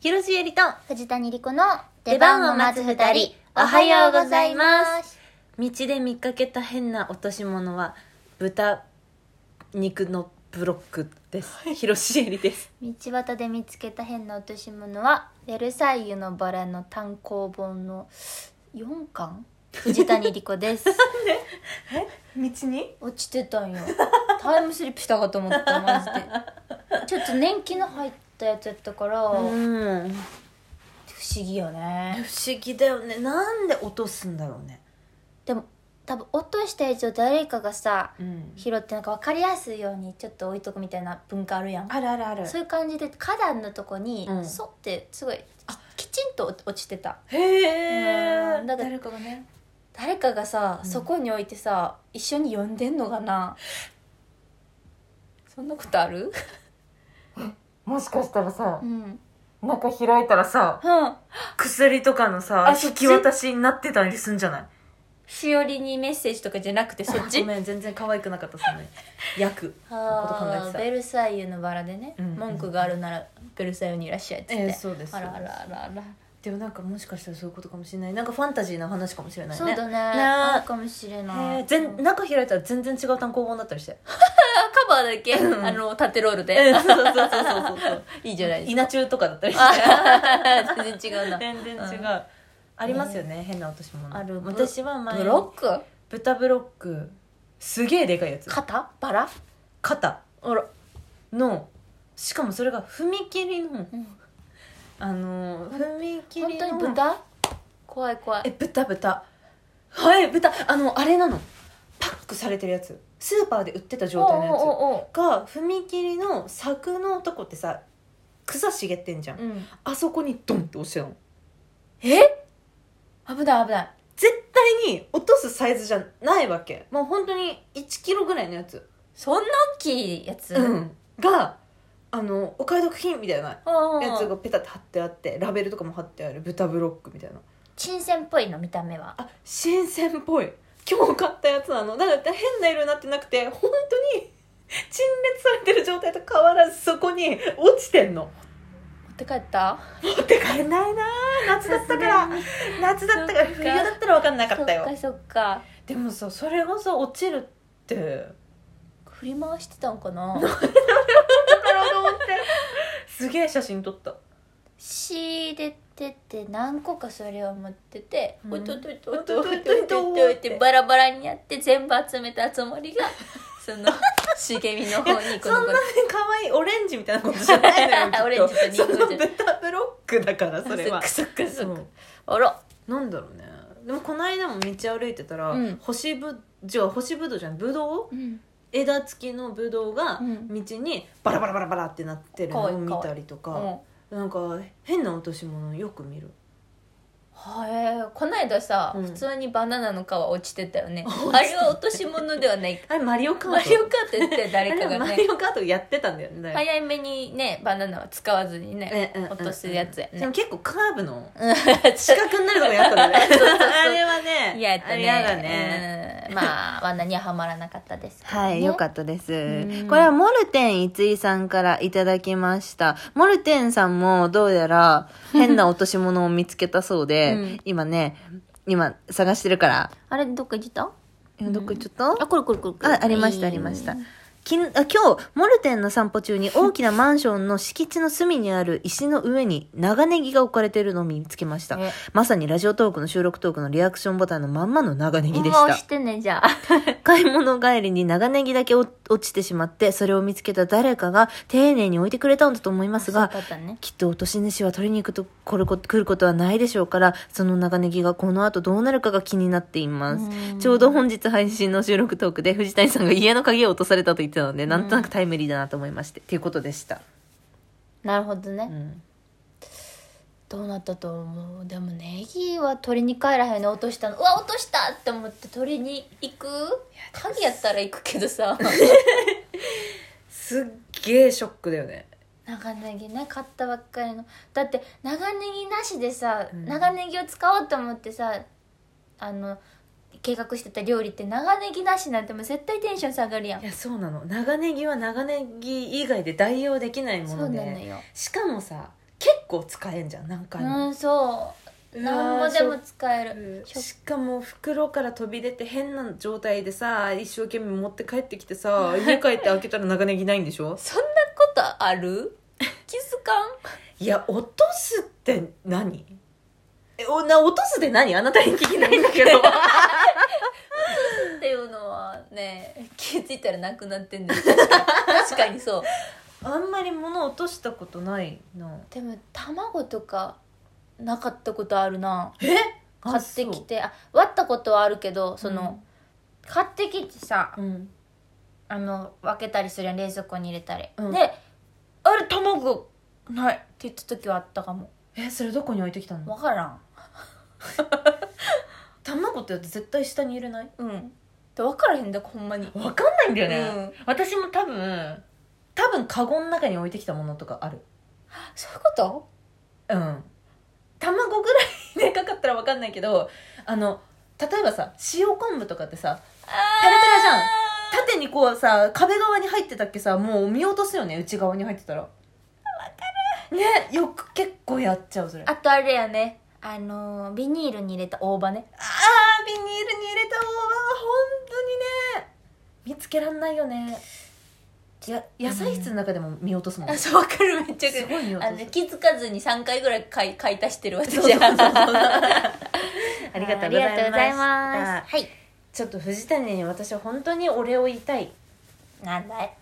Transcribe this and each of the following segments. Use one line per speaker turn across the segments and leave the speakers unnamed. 広瀬えりと
藤谷莉子の
出番を待つ二人おはようございます道で見かけた変な落とし物は豚肉のブロックです広瀬えりです
道端で見つけた変な落とし物は「ベルサイユのバラ」の単行本の4巻藤谷莉子です
道に
落ちてたんよタイムスリップしたかと思ったマジでちょっと年季の入ったやつやったから、
う
不思
ん
議よ
不
ね
思議だよねなんで落とすんだろうね
でも多分落とした以上誰かがさ
うん
拾ってなんか分かりやすいようにちょっと置いとくみたいな文化あるやん
あるあるある
そういう感じで花壇のとこに、
うん
そってすごいききちんと落落ちてた
へ
う
え
んだから
誰かがね
誰かがさ、
うん
そこに置いてさ一緒に呼んでんのかなそんなことある
もしかしたらさ
う、ん、
中開いたらさ
うん、
薬とかのさ
あそっ
引
ち
き渡しになってたりすんじゃない
しおりにメッセージとかじゃなくてそっち
ごめん全然可愛くなかったそ のね薬のこと考え
あ
て
ー
た
ベルサイユのバラでね、
うんうん
文句があるならベルサイユにいらっしゃいっつって、
ええそうです
あらあらあらあら、
でもなんかもしかしたらそういうことかもしれないなんかファンタジーな話かもしれないね
そうだねあるかもしれな
へ
い
え全中開いたら全然違う単行本だったりして
あカバーだっけ、
うん
あの縦ロール
え
で
えそうそうそうそうそう
いいじゃないですか
稲中とかだったりして
あ全然違う な
全然違う、
うん
ありますよね変な落とし物
ある
私は前
ブロック
豚ブロックすげえでかいやつ
肩バラ
肩
あら、
のしかもそれが踏切の
うん、
あのー踏切の
本当に豚怖い怖い
え豚豚はい豚あのあれなのパックされてるやつスーパーで売ってた状態のやつ
おうおうおう
が踏切の柵のとこってさ草茂ってんじゃん、
おううん、
あそこにドンって落ちてたの
え危ない危ない
絶対に落とすサイズじゃないわけもう本当に1キロぐらいのやつ、
そんな大きいやつ、
うんがあのお買い得品みたいな
おうおう
やつがペタって貼ってあってラベルとかも貼ってある豚ブロックみたいな
新鮮っぽいの見た目は
あ新鮮っぽい今日買ったやつなのだから変な色になってなくて本当に陳列されてる状態と変わらずそこに落ちてんの
持って帰った
持って帰れないな夏だったから夏だったから
そっか
冬だったら分かんなかったよ
そっかそっか
でもさそれがさ落ちるって
振り回してたんかな
だからと思ってすげえ写真撮った
仕入れてて何個かそれを持ってて
うん
「おいといといといといといといといとい」ってバラバラにやって全部集めたつもりがその茂みの方にこ
そ
の
んな
子
に可愛いオレンジみたいなことじゃ ないのよ
オレンジと
きっとそ
リン
の
ゴじゃ
豚ブロックだからそれは
クソク
そ
ソ
う
あら
なんだろうねでもこの間も道歩いてたら、
うん
干しぶじゃあ干しぶどうじゃないぶどう
うん
枝付きのぶどうが
うん
道にバラバラバラバラってなってるの
かわ
を
いい
見たりとか
うん
なんか変な落とし物よく見る
へえこないださ、
うん
普通にバナナの皮落ちてたよね
落ちてた
あれは落とし物ではない
あれマリオカート
マリオカートやってたよ誰か
あれ
が
マ
ね
リオカートやってたんだよね
早めにねバナナは使わずにね
うんうんうん
落とすやつやね
でも結構カーブの
うん
四角になるのもやったんだね
そうそうそう
あれは ね
嫌やった
あ
ね
れやだね、
うんまあ罠にははまらなかったですけどね、
はい、よか
っ
ったです。
うん
これはモルテン逸井さんからいただきました。モルテンさんもどうやら変な落とし物を見つけたそうで、
うん
今ね、今探してるから、
たあれどっか行ってた
今どっか行っちょっ
あ
と、
これこれこれこれ
あ、ありました、ありました。きんあ今日、モルテンの散歩中に大きなマンションの敷地の隅にある石の上に長ネギが置かれているのを見つけました
え。
まさにラジオトークの収録トークのリアクションボタンのまんまの長ネギでし
もう
た
押。してねじゃ あ
買い物帰りに長ネギだけ落落ちてしまって、それを見つけた誰かが丁寧に置いてくれたんだと思いますが、
そうだったね
きっと落とし主は取りに行くと来ること来ることはないでしょうから、その長ネギがこの後どうなるかが気になっています
うん。
ちょうど本日配信の収録トークで藤谷さんが家の鍵を落とされたと言ってたので、なんとなくタイムリーだなと思いまして、っていうことでした。
なるほどね、
うん。
どうなったと思うでもネギは取りに帰らへんの落としたのうわ落としたって思って取りに行く鍵やったら行くけどさ
すっげえショックだよね。
長ネギね買ったばっかりのだって長ネギなしでさ、
うん
長ネギを使おうと思ってさあの計画してた料理って長ネギなしなんてもう絶対テンション下がるやん
いや、そうなの。長ネギは長ネギ以外で代用できないも
そう
ので。
なのよ
しかもさ結構使えんじゃん何回
う
も、
んそう何ぼでも使える
ししかも袋から飛び出て変な状態でさ一生懸命持って帰ってきてさ 家帰って開けたら長ネギないんでしょ
そんなことあ る気づかん
いや落とすって何えおな落とすって何あなたに聞きないんだ けど
っていうのは ね気づいたらなくなってんねん確かに確かにそう
あんまり物落としたことないな
でも卵とかなかったことあるな
え
買ってきてあ割ったことはあるけどその、買ってきてさ
うん
あの分けたりするやん冷蔵庫に入れたり、
うん
で「あれ卵ない」って言った時はあったかも
えそれどこに置いてきたの
分からん
卵ってだって絶対下に入れない
うん分からへんだほんまに
わかんないんだよね、
うん
私も多分多分カゴの中に置いてきたものとかある
そういうこと
うん卵ぐらいでかかったらわかんないけどあの例えばさ塩昆布とかってさタラタラじゃん縦にこうさ壁側に入ってたっけさもう見落とすよね内側に入ってたらわかるねよく結構やっちゃうそれ
あとあれやねあのービニールに入れた大葉ね
あービニールに入れた大葉は本当にね見つけらんないよねや野菜室の中でも見落とすもん、
あ
す
そう分かるめっちゃ分かる
ごい見落
あ
と
の
す
気づかずに3回ぐらい買い買い足してる私
そうそうそうそう
は
ありがとうございます
ありがとうございますはい
ちょっと藤谷に私は本当にお礼を言いたい
なんだい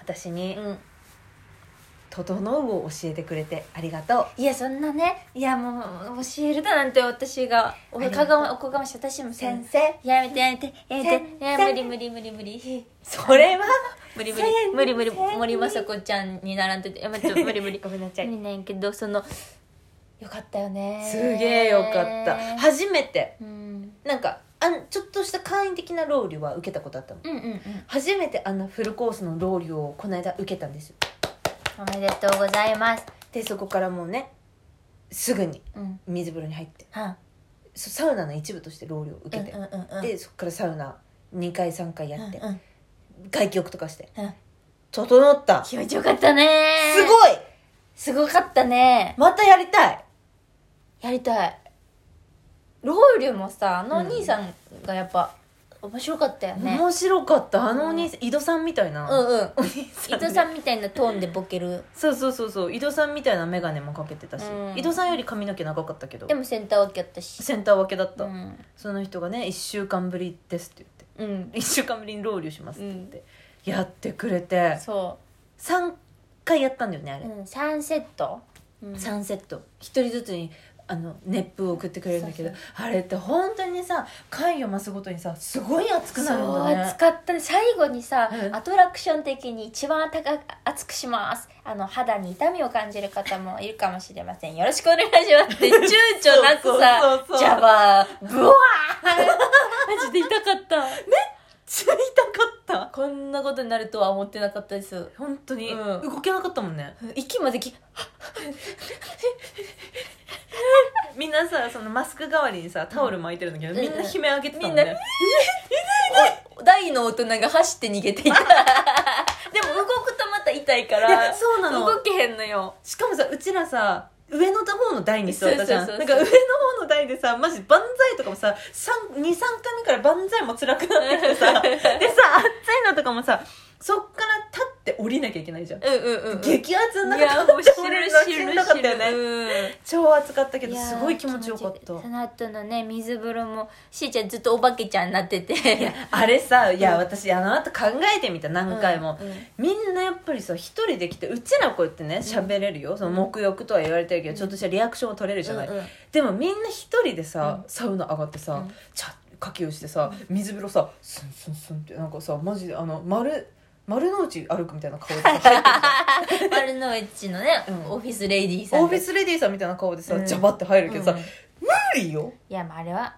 私に
うん
「整う」を教えてくれてありがとう
いやそんなねいやもう教えるだなんて私がお
ありがとう
かがまおこがましい私も
先
生
生
やめてやめてやめていや
先
無理無理無理無理
それは
無理無
先生
理無理無理森まさこちゃんに並んでてや めて無理無理
ごめんなさ
無
い
理なんやけどそのよかったよね
すげえよかった初めて
うん
なんかあんちょっとした簡易的なロウリュは受けたことあったの
うんうんうん
初めてあんなフルコースのロウリュをこの間受けたんですよ
おめでとうございます
でそこからもうねすぐに
うん
水風呂に入って
は
そサウナの一部としてロウリュを受けて、
うんうんうんうん
でそこからサウナ2回3回やって、
うんうん
外気浴とかして
うん
整ったす
気持ちよかったね
ごい
すごかったね
またやりたい
やりたいロウリュもさあのお兄さんがやっぱ面白かったよね
面白かったあのお兄さん、井戸さんみたいな、
うんうん
お兄さん
伊藤さんみたいなトーンでボケる
そうそうそうそう井戸さんみたいな眼鏡もかけてたし、
うん
井戸さんより髪の毛長かったけど
でもセンター分けやったし
センター分けだった、
うん
その人がね「1週間ぶりです」って
うん
言って「1週間ぶりにロウリュします」
う
って
ん
やってくれて
そ
3回やったんだよねあ
う
れ、
うん3セットうん
3セット1人ずつにあの熱風を送ってくれるんだけど
そう
あれって本当にさ回を増すごとにさすごい熱くなるん
そう
だね
暑かったね最後にさ、
うん
アトラクション的に一番高く熱くしますあの肌に痛みを感じる方もいるかもしれませんよろしくお願いしますって躊躇なく
そう
さ
そうそう
ジャバーブワーマジで痛かった
ちゃ痛かった
こんなことになるとは思ってなかったです
本当に、
うん
動けなかったもんね
息までき
みんなさそのマスク代わりにさタオル巻いてるんだけど、
うん
みんな悲鳴上げてたもん
み
ね
んな大の大人が走って逃げていたでも動くとまた痛いか
いや
ら
そうなの
動けへんのよ
しかもさうちらさ上の方の台に座ったじゃん
そう
な
そ
ん
う
か上
そう
の方の台でさマジ万歳とかもさ23回目から万歳も辛くなってきてさでさ暑いのとかもさそっから立って降りなきゃいけないじゃん、
うんうんうんうん
激熱の
い
中
やもう知
降り
る
の
知
しん
る
どかったよ
知
ね
る
超暑かった
う
け
ん
どすごい気持ちよかった
その後のね水風呂もしーちゃんずっとお化けちゃんになってて
いや あれさいや私あの後考えてみた何回も、
うんうん
みんなやっぱりさ一人で来てうちらこうやってね喋れるよ、その目浴とは言われてるけど、ちょっとしたリアクションを取れるじゃない、
うんうん
でもみんな一人でさ、サウナ上がってさ、
うん
ちゃかきをしてさ水風呂さスンスンスンってなんかさマジであの丸丸の内歩くみたいな顔 でさ入ってき
丸の内のね、
うん
オフィスレディー
た
さん
オ
が
フィスレディーさんみたいな顔でさ、
うん
ジャバって入るけどさ、
うんい
無理よ
やまああれは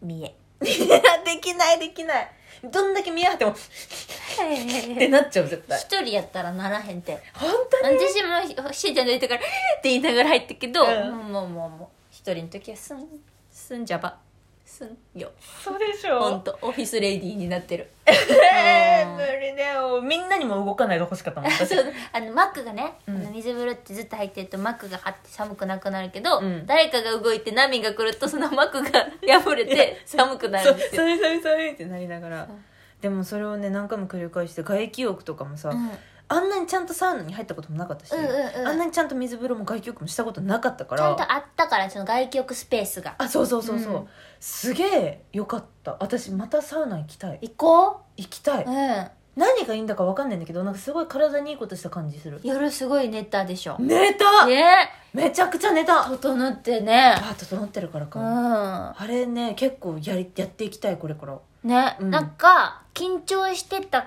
見え
いやできないできないどんだけ見え張ってもって
一
なっちゃう絶対
人やったらならへんて
本当に
私もしーちゃんといたからって言いながら入ったけど、
うん
もうもうもうもう一人の時はすんすんじゃばすんよ
そうでし
ほんとオフィスレディーになってる
え
うん
ー、無理だよみんなにも動かないが欲しかったもん私
そうあのマックがね、
うん
あの水風呂ってずっと入ってるとマックが張って寒くなくなるけど、
うん
誰かが動いて波が来るとそのマックが 破れて寒くな
そ
る
うん
ですよ。
それそれそれってなりながら
そう
でもそれをね何回も繰り返して外気浴とかもさ、
うん
あんなにちゃんとサウナに入ったこともなかったし、
うんうんうん
あんなにちゃんと水風呂も外気浴もしたことなかったか
ちゃ
ら
んとあったからその外気浴スペースが
あそうそうそうそう、
うん
すげえよかった私またサウナ行きたい
行こ
行きたい、
うう
何がいいんだか分かんないんだけどなんかすごい体にいいことした感じする
ん夜すごい寝たでしょ
寝た
ね
めちゃくちゃ寝た
整ってね
あ整ってるから
う
か、
ん
あれね結構やりやっていきたいこれから
ね、
うん
なんか緊張してた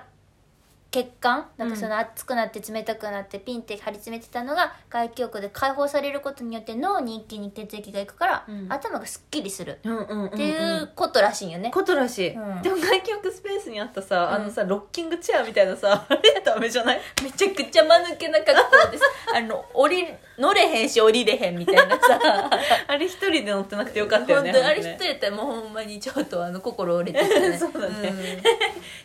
血管なんか
うん
その熱くなって冷たくなってピンって張り詰めてたのが外気浴で解放されることによって脳に一気に血液がいくから、
うん
頭がすっきりする
うんうんうん、
っていうことらしいんよね、
ことらしい、
うん
でも外気浴スペースにあったさ、
ん
あのさロッキングチェアみたいなさあれダメじゃ ない
めちゃくちゃ間抜けな格好です あの降り乗れへんし降りれへんみたいなさ
あれ一人で乗ってなくてよかったよね
本当あれ一
本当
人
ね
やったらもうほんまにちょっとあの心折れてた ね
そうだね
ん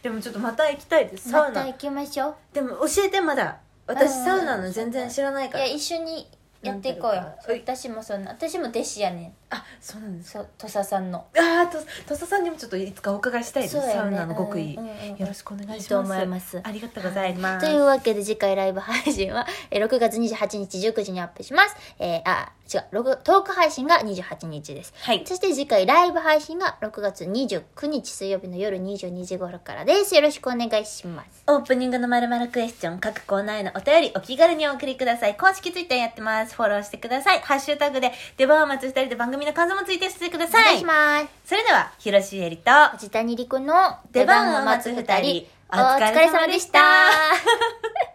でもちょっとまた行きたいですサ
ま
ウ
た
ナ、
行きましょう
でも教えてまだ私
うん
サウナの全然知らない
い
か
や
ら
一緒にやっていこうよ
なんていう
私もそんな私も弟子やねん
あそうなんです
そう土佐さんの
ああと土佐さんにもちょっといつかお伺いしたいです、
そうだよね
サウナの極意、
うんうんうん
よろしくお願いします
いいと思います
ありがとうございます、
というわけで次回ライブ配信はえー6月28日19時にアップします。えーあ、違う、録トーク配信が28日です。
はい
そして次回ライブ配信が6月29日水曜日の夜22時頃からです。よろしくお願いします。
オープニングのまるまるクエスチョン各コーナーへのお便りお気軽にお送りください公式ツイッターやってますフォローしてくださいハッシュタグで出番を待つ2人で番組の感想もツイートしてくだ
お
さ
願い
い
します。
それでは広重りと
梶谷莉子の出番を待つ二人、
お
お
疲
疲
れ
れ
様
様
で
で
し
したた。